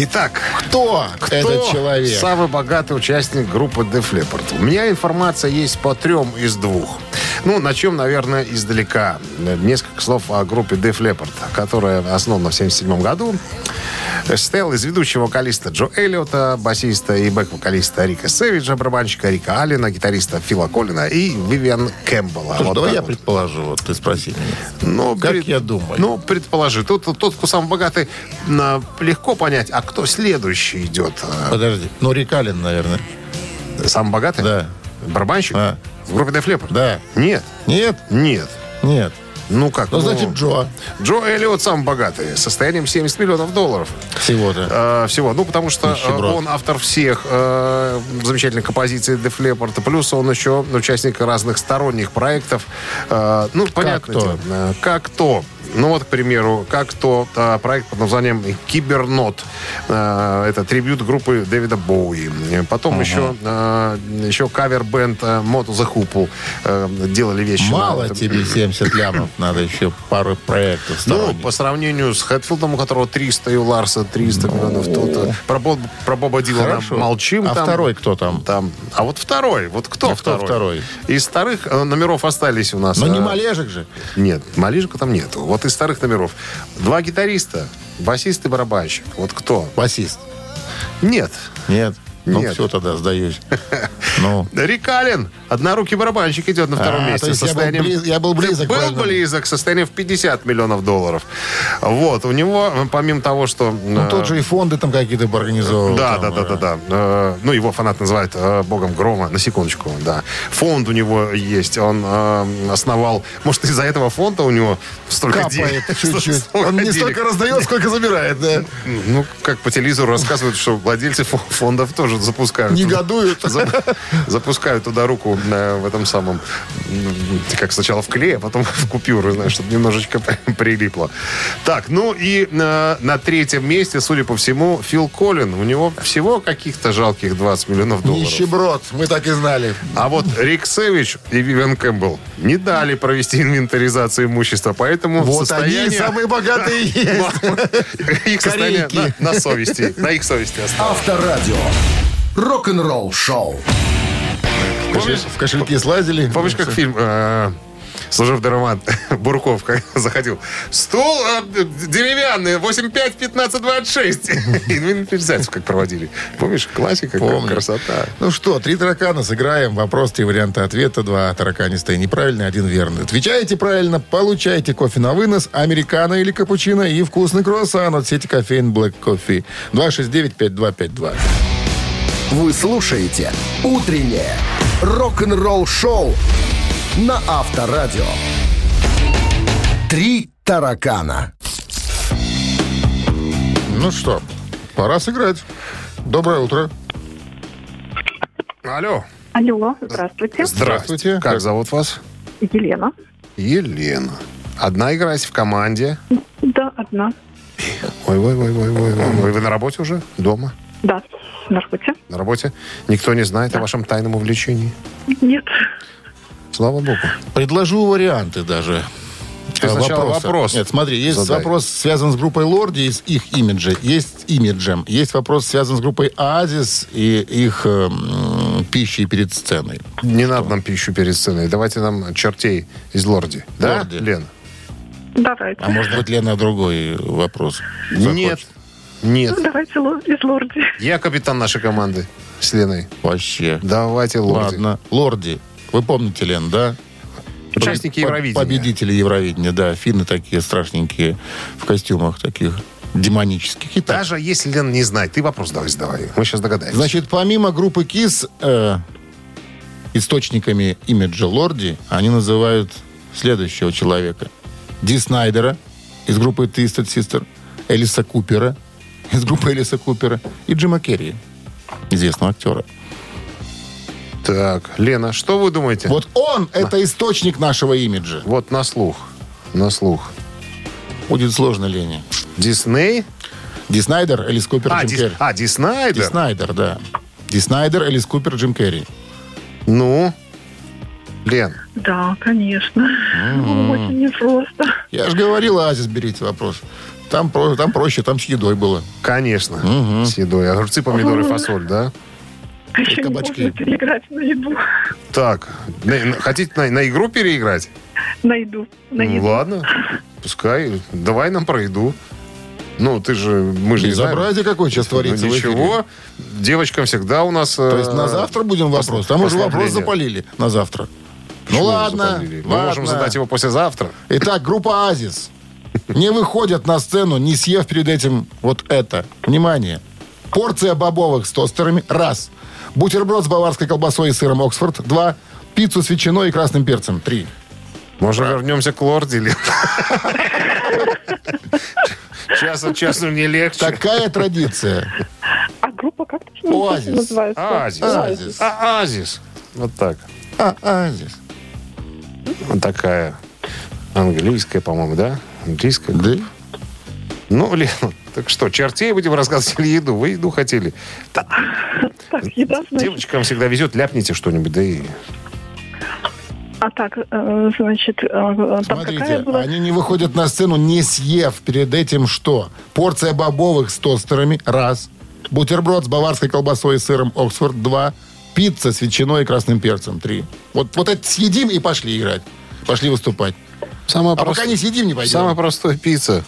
Итак, Кто, этот кто человек? самый богатый участник группы Def Leppard? У меня информация есть по трем из двух. Ну, начнем, наверное, издалека. Несколько слов о группе Def Leppard, которая основана в 1977 году. Состояла из ведущего вокалиста Джо Эллиота, басиста и бэк-вокалиста Рика Севиджа, барабанщика Рика Аллена, гитариста Фила Коллина и Вивиан Кэмпбелла. Слушай, Вот давай так я вот. предположу, вот ты спроси меня. Ну, Как я думаю. Ну, предположи. Тут, тот, кто самый богатый, на- легко понять, а кто следующий идет. э, Подожди, ну Рикалин, наверное. Самый богатый? Да. Барабанщик? А. В группе Def Leppard? Да. Нет. Нет? Нет. Нет. Ну как? Ну, значит, Джо Джо Эллиот самый богатый, с состоянием 70 миллионов долларов всего-то. э, всего. Ну, потому что э, Нищеброд. он автор всех э, замечательных композиций Def Leppard. Плюс он еще участник разных сторонних проектов. Э, ну, понятно. кто? дело, э, Как то. Ну вот, к примеру, как то э, проект под названием «Кибернот». Э, Это трибют группы Дэвида Боуи. Э, Потом еще, э, еще кавер-бенд «Мото за хупу» э, делали вещи. на Мало этом. тебе 70 лямов, надо еще пару проектов Ну, сторонних. по сравнению с Хэтфилдом, у которого 300, и у Ларса 300 миллионов. Тут про, Боб- про Боба Дилана Хорошо. молчим. А там. второй кто там? Там. А вот второй. Вот кто А кто второй? второй? Из старых э, номеров остались у нас. Но Ну, не э, Малежик же. Нет, Малишка там нету. Вот из старых номеров. Два гитариста, басист и барабанщик. Вот кто? Басист. Нет. Нет. Ну, Нет. все тогда, сдаюсь. Ну. Рикалин. Однорукий барабанщик идет на втором А, месте. то есть Со я был состоянием- близ- я был Ты близок к Был возьму. близок. Состояние в 50 миллионов долларов. Вот. У него, э, помимо того, что... Ну, э, тот же и фонды там какие-то бы организовывал. Да, да, там, да, э, да, да. Э, Ну, его фанат называет э, богом грома. На секундочку, да. Фонд у него есть. Он э, основал... Может, из-за этого фонда у него столько Капает денег. чуть-чуть. столько Он не денег. столько раздает, сколько забирает, да. Ну, как по телевизору рассказывают, что владельцы фо- фондов тоже запускают. Негодуют. Зап- Запускают туда руку э, в этом самом... м, Как сначала в клей, а потом в купюру, знаешь, чтобы немножечко при- прилипло. Так, ну и э, на третьем месте, судя по всему, Фил Коллин. У него всего каких-то жалких 20 миллионов долларов. Нищеброд, мы так и знали. А вот Рик Севич и Вивен Кэмпбелл не дали провести инвентаризацию имущества, поэтому Вот они, состояние- самые богатые есть. Их состояние Корейки. на, на совести. На их совести осталось. Авторадио. Рок-н-ролл шоу. Помнишь, В кошельке слазили. помнишь, как фильм э, «Служив Дароман» Бурков как заходил? Стул э, деревянный, 85, 15, 26. Инвентаризацию как проводили. Помнишь, классика, как Помню. красота. Ну что, три таракана сыграем. Вопрос, три варианта ответа. Два тараканистые неправильные, один верный. Отвечаете правильно, получаете кофе на вынос, американо или капучино и вкусный круассан от сети кофеин Black Coffee. 269-5252. Вы слушаете «Утреннее рок-н-ролл-шоу» на Авторадио. «Три таракана». Ну что, пора сыграть. Доброе утро. Алло. Алло, здравствуйте. Здравствуйте. Как зовут вас? Елена. Елена. Одна играете в команде. Да, одна. Ой-ой-ой-ой-ой. Вы на работе уже? Дома? Да, на работе. На работе? Никто не знает о вашем тайном увлечении? Нет. Слава богу. Предложу варианты даже. Ты А, сначала вопроса. вопрос Нет, смотри, есть задай. вопрос, связан с группой Лорди и с их имиджем. Есть имиджем. Есть вопрос, связан с группой Оазис и их эм, пищей перед сценой. Не надо нам пищу перед сценой. Давайте нам чертей из Лорди. Да, Лорди. Лен? Давайте. А может быть, Лена, другой вопрос? Нет. Нет. Ну, Давайте ло- из Лорди. Я капитан нашей команды с Леной. захочет? Вообще. Давайте Лорди. Ладно. Лорди. Вы помните, Лен, да? Участники По- Евровидения. Победители Евровидения, да. Финны такие страшненькие в костюмах таких демонических. Итак, Даже если Лен не знает, ты вопрос давай задавай. Мы сейчас догадаемся. Значит, помимо группы КИС, э, источниками имиджа Лорди они называют следующего человека. Ди Снайдера из группы Twisted Sister, Элиса Купера из группы Элиса Купера и Джима Керри, известного актера. Так, Лена, что вы думаете? Вот он — это источник нашего имиджа. Вот на слух. На слух. Будет сложно, Лене. Дисней? Ди Снайдер, Элис Купер, А, Джим Дис... Керри. а, Диснайдер? Ди Снайдер, да. Ди Снайдер, Элис Купер, Джим Керри. Ну, Лен, Да, конечно. Очень непросто. Я же говорил, Азис берите вопрос. Там, про- там проще, там с едой было. конечно, с едой. Огурцы, помидоры, фасоль, да? Еще А не кабачки. можно переиграть на еду. Так, на- на- хотите на, на игру переиграть? Найду. На Ну, еду. ладно, пускай. Давай нам про еду. Ну, ты же, мы же не знаем. Безобразие какое сейчас Ну, творится в эфире. ничего, девочкам всегда у нас... э, То есть на завтра будем вопрос. Там уже вопрос запалили на завтра. ну ладно, Мы можем ладно. задать его послезавтра. Итак, группа «Азис» не выходят на сцену, не съев перед этим вот это. Внимание. Порция бобовых с тостерами. Раз. Бутерброд с баварской колбасой и сыром «Оксфорд». Два. Пиццу с ветчиной и красным перцем. Три. Может, вернемся к лордиле? Час от часу ну, не легче. Такая традиция. А группа как точно Оазис. называется? Оазис. Оазис. А- Оазис. Вот так. А, а, здесь. Вот такая английская, по-моему, да? Английская. Да? Ну, Лен, так что, чертей будем рассказывать или еду? Вы еду хотели. Так, еда, значит. Девочкам всегда везет, ляпните что-нибудь, да и... А так, э, значит, э, там какая Смотрите, а- была? они не выходят на сцену, не съев перед этим что? Порция бобовых с тостерами, раз. Бутерброд с баварской колбасой и сыром Оксфорд, два. Пицца с ветчиной и красным перцем, три. Вот, вот это съедим и пошли играть. Пошли выступать. Самая А пока не съедим, не пойдем. Самая простая пицца.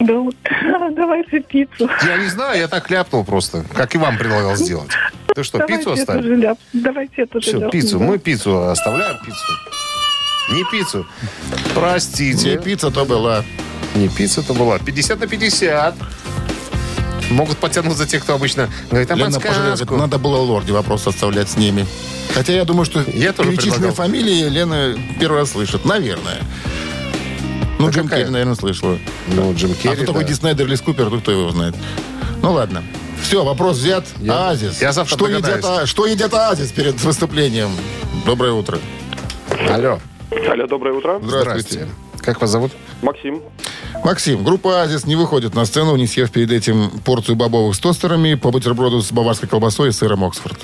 Да вот, давайте пиццу. Я не знаю, я так ляпнул просто, как и вам предлагал сделать. Ты что, пиццу Давайте я оставишь? тоже ляп- Давайте я тоже Все, ляпну, пиццу. да. Мы пиццу оставляем, пиццу. Не пиццу. Не Простите. пицца то была. Не пицца это была. 50 на 50. Могут потянуться те, кто обычно говорит, а Лена пожалела, подсказку. говорит, надо было лорде вопрос оставлять с ними. Хотя я думаю, что Я тоже перечисленные предлагал. фамилии Лена первый раз слышит. Наверное. Ну, Джим А какая? Керри, наверное, слышала. Ну, Джим а Керри, кто такой да. Ди Снайдер или Скупер, ну кто его знает. Ну ладно. Все, вопрос взят. Я- Оазис. я завтра что едят, догадаюсь. а- что едят Оазис перед выступлением? Доброе утро. Алло. Алло, доброе утро. Здравствуйте. Как вас зовут? Максим. Максим, группа «Азис» не выходит на сцену, не съев перед этим порцию бобовых с тостерами по бутерброду с баварской колбасой и сыром Оксфорд.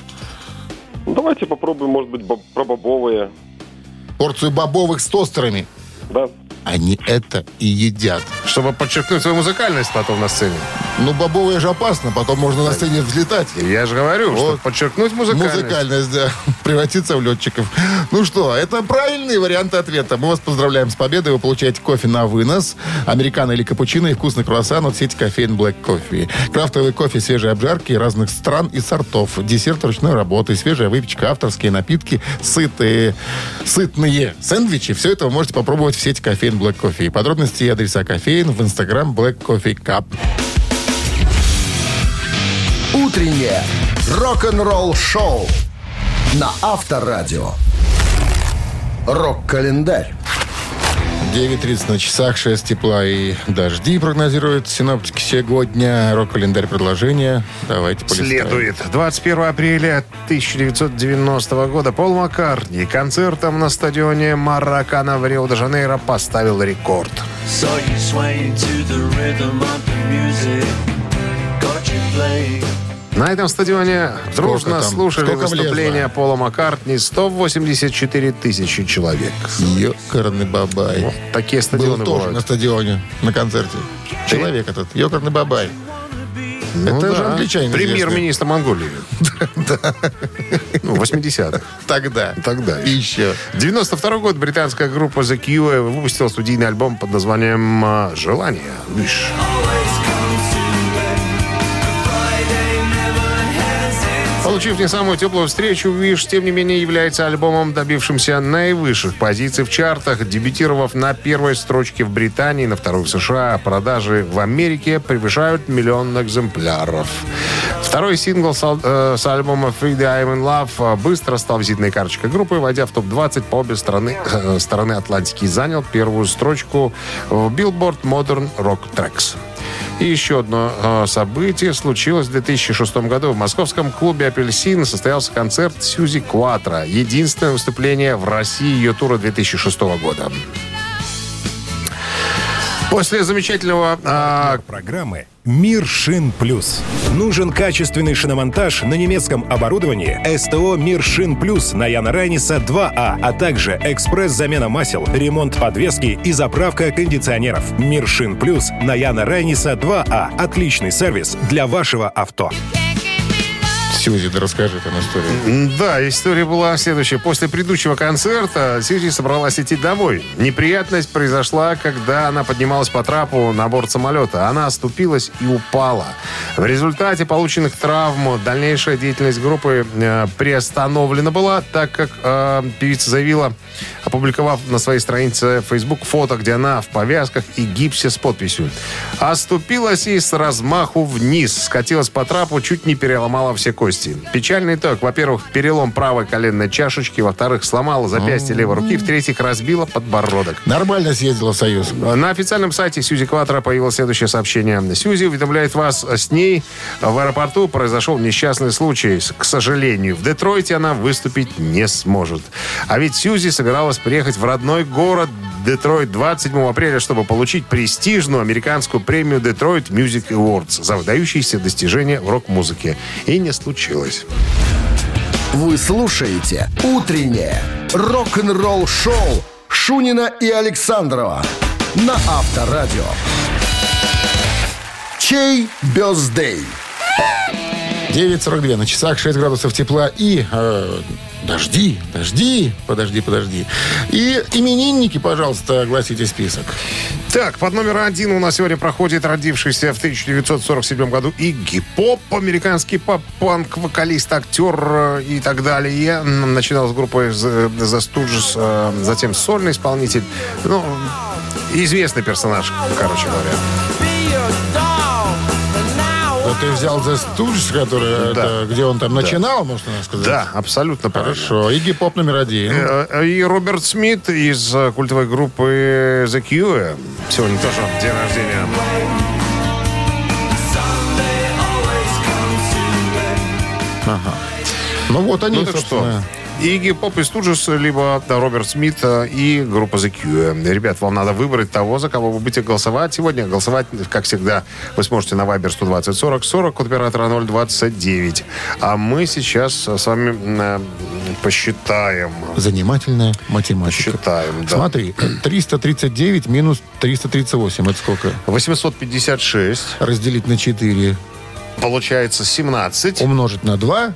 Ну, Давайте попробуем, может быть, боб- про бобовые. Порцию бобовых с тостерами. Да. Они это и едят. Чтобы подчеркнуть свою музыкальность потом на сцене. Ну, бобовые же опасно, потом можно на сцене взлетать. Я же говорю, чтобы Вот. подчеркнуть музыкальность. Музыкальность, да. Превратиться в летчиков. Ну что, это правильные варианты ответа. Мы вас поздравляем с победой. Вы получаете кофе на вынос, американо или капучино и вкусный круассан от сети кофеин Black Coffee. Крафтовый кофе свежей обжарки разных стран и сортов. Десерт ручной работы, свежая выпечка, авторские напитки, сытые, сытные сэндвичи. Все это вы можете попробовать в сети кофеин Black Coffee. Подробности и адреса кофеин в инстаграм Black Coffee Cup. Утреннее рок-н-ролл-шоу на Авторадио. Рок-календарь. 9.30 на часах, 6 тепла и дожди прогнозируют синоптики сегодня. Рок-календарь предложения. Давайте полистаем. Следует. 21 апреля 1990 года Пол Маккартни концертом на стадионе Маракана в Рио-де-Жанейро поставил рекорд. Saw you swaying to the rhythm of the music. Got you playing. На этом стадионе дружно там? слушали Сколько влезло? выступление Пола Маккартни 184 тысячи человек. Ёкарный бабай. Вот такие Было стадионы тоже бывают. на стадионе, на концерте. Человек этот, ёкарный бабай. Ну Это да. же англичанин известный. Премьер-министр Монголии. Ну, 80-х. Тогда. Тогда. И еще. 92 год британская группа The Cure выпустила студийный альбом под названием а, «Желание». Лишь. Always comes too late. The Friday never has its Получив не самую теплую встречу, «Виш», тем не менее, является альбомом, добившимся наивысших позиций в чартах, дебютировав на первой строчке в Британии, на второй в США. Продажи в Америке превышают миллион экземпляров. Второй сингл с, ал- э, с альбома «Friday I'm in Love» э, быстро стал визитной карточкой группы, войдя в топ-20 по обе стороны, э, стороны Атлантики и занял первую строчку в Billboard Modern Rock Tracks. И еще одно э, событие случилось в 2006 году. В московском клубе «Апельсин» состоялся концерт Сьюзи Кватра. Единственное выступление в России ее тура 2006 года. После замечательного... э, Программы «Мир шин плюс». Нужен качественный шиномонтаж на немецком оборудовании СТО «Мир шин плюс» на Яна Райниса 2А, а также экспресс-замена масел, ремонт подвески и заправка кондиционеров. «Мир шин плюс» на Яна Райниса 2А. Отличный сервис для вашего авто. Сьюзи, да расскажи там историю. Да, история была следующая. После предыдущего концерта Сьюзи собралась идти домой. Неприятность произошла, когда она поднималась по трапу на борт самолета. Она оступилась и упала. В результате полученных травм дальнейшая деятельность группы э, приостановлена была, так как э, певица заявила о опубликовав на своей странице Facebook фото, где она в повязках и гипсе с подписью. Оступилась и с размаху вниз, скатилась по трапу, чуть не переломала все кости. Печальный итог. Во-первых, перелом правой коленной чашечки, во-вторых, сломала запястье левой руки, в-третьих, разбила подбородок. Нормально съездила в Союз. На официальном сайте Сьюзи Кватера появилось следующее сообщение. Сьюзи уведомляет вас, с ней в аэропорту произошел несчастный случай. С- К сожалению, в Детройте она выступить не сможет. А ведь Сьюзи собиралась приехать в родной город Детройт 27 апреля, чтобы получить престижную американскую премию Detroit Music Awards за выдающиеся достижения в рок-музыке. И не случилось. Вы слушаете «Утреннее рок-н-ролл-шоу» Шунина и Александрова на Авторадио. Чей бездей? 9.42 на часах, 6 градусов тепла и... э, дожди, дожди, подожди, подожди. И именинники, пожалуйста, огласите список. Так, под номер один у нас сегодня проходит родившийся в 1947 году Игги Поп, американский поп-панк, вокалист, актер э, и так далее. М, Начинал с группы The The Stooges, э, затем сольный исполнитель. Ну, известный персонаж, короче говоря. Вот А ты взял The Stooges, который, э, Да. это, где он там начинал, может, можно сказать? Да, абсолютно правильно. Хорошо. Игги Поп номер один. Э, И Роберт Смит из э, культовой группы The Cure. Сегодня тоже день рождения. Ну вот они, Ну так что, собственно. Игги Поп и Студжес, либо да, Роберт Смит э, и группа The Cure. Ребят, вам надо выбрать того, за кого вы будете голосовать. Сегодня голосовать, как всегда, вы сможете на Viber 120 40 40 от оператора 029. А мы сейчас э, с вами э, посчитаем. Занимательная математика. Посчитаем, да. Смотри, 339 минус 338, это сколько? 856, Разделить на 4, получается 17, умножить на 2,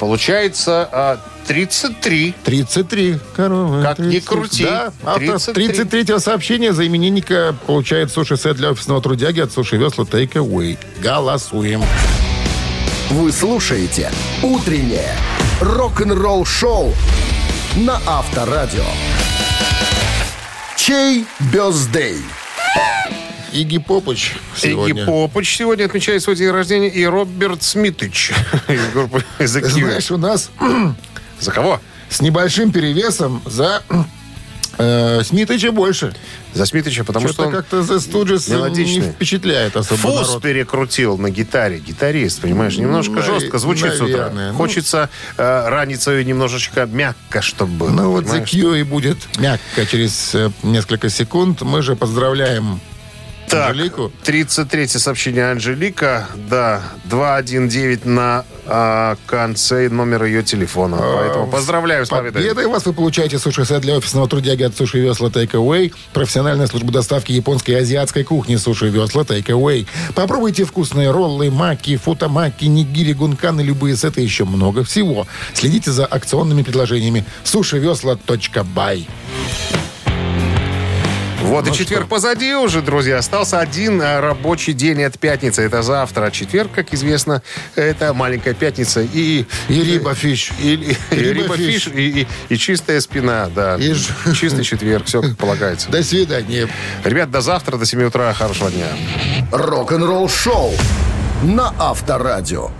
получается э, 33. 33. Корова. Как ни крути, Да, автор 33. 33-го сообщения за именинника получает суши-сет для офисного трудяги от суши весла Take Away. Голосуем. Вы слушаете «Утреннее рок-н-ролл-шоу» на Авторадио. Чей бездей? Иги Попыч Игги сегодня. Попыч сегодня отмечает свой день рождения и Роберт Смитыч из группы The Cure. Знаешь, у нас За кого? с небольшим перевесом за э, Смитыча больше. За Смитыча, потому Что-то что он как-то The Stooges не мелодичный. впечатляет особо фуз народ. перекрутил на гитаре. Гитарист, понимаешь, немножко Ну, жестко звучит с утра. наверное. Ну. Хочется э, раниться её немножечко мягко, чтобы было. Ну вот The понимаешь? Q и будет мягко через э, несколько секунд. Мы же поздравляем Так, Анжелику. 33 сообщение Анжелика. Да, 219 на э, конце номера ее телефона. Поэтому поздравляю с победой. Победой вас вы получаете суши-сет для офисного трудяги от Суши Весла Take Away, профессиональная служба доставки японской и азиатской кухни Суши Весла Take Away. Попробуйте вкусные роллы, маки, футамаки, нигири, гунканы, любые сеты, еще много всего. Следите за акционными предложениями сушивесла.бай. Вот и четверг позади уже, друзья. Остался один э, рабочий день от пятницы. Это завтра. А четверг, как известно, это маленькая пятница. И, И рибафиш. И, и- и Рыба рыба-фиш, и, и- и чистая спина, да. И ж- Чистый четверг, все как полагается. До свидания. Ребят, до завтра, до 7 утра. Хорошего дня. Рок-н-ролл-шоу на Авторадио.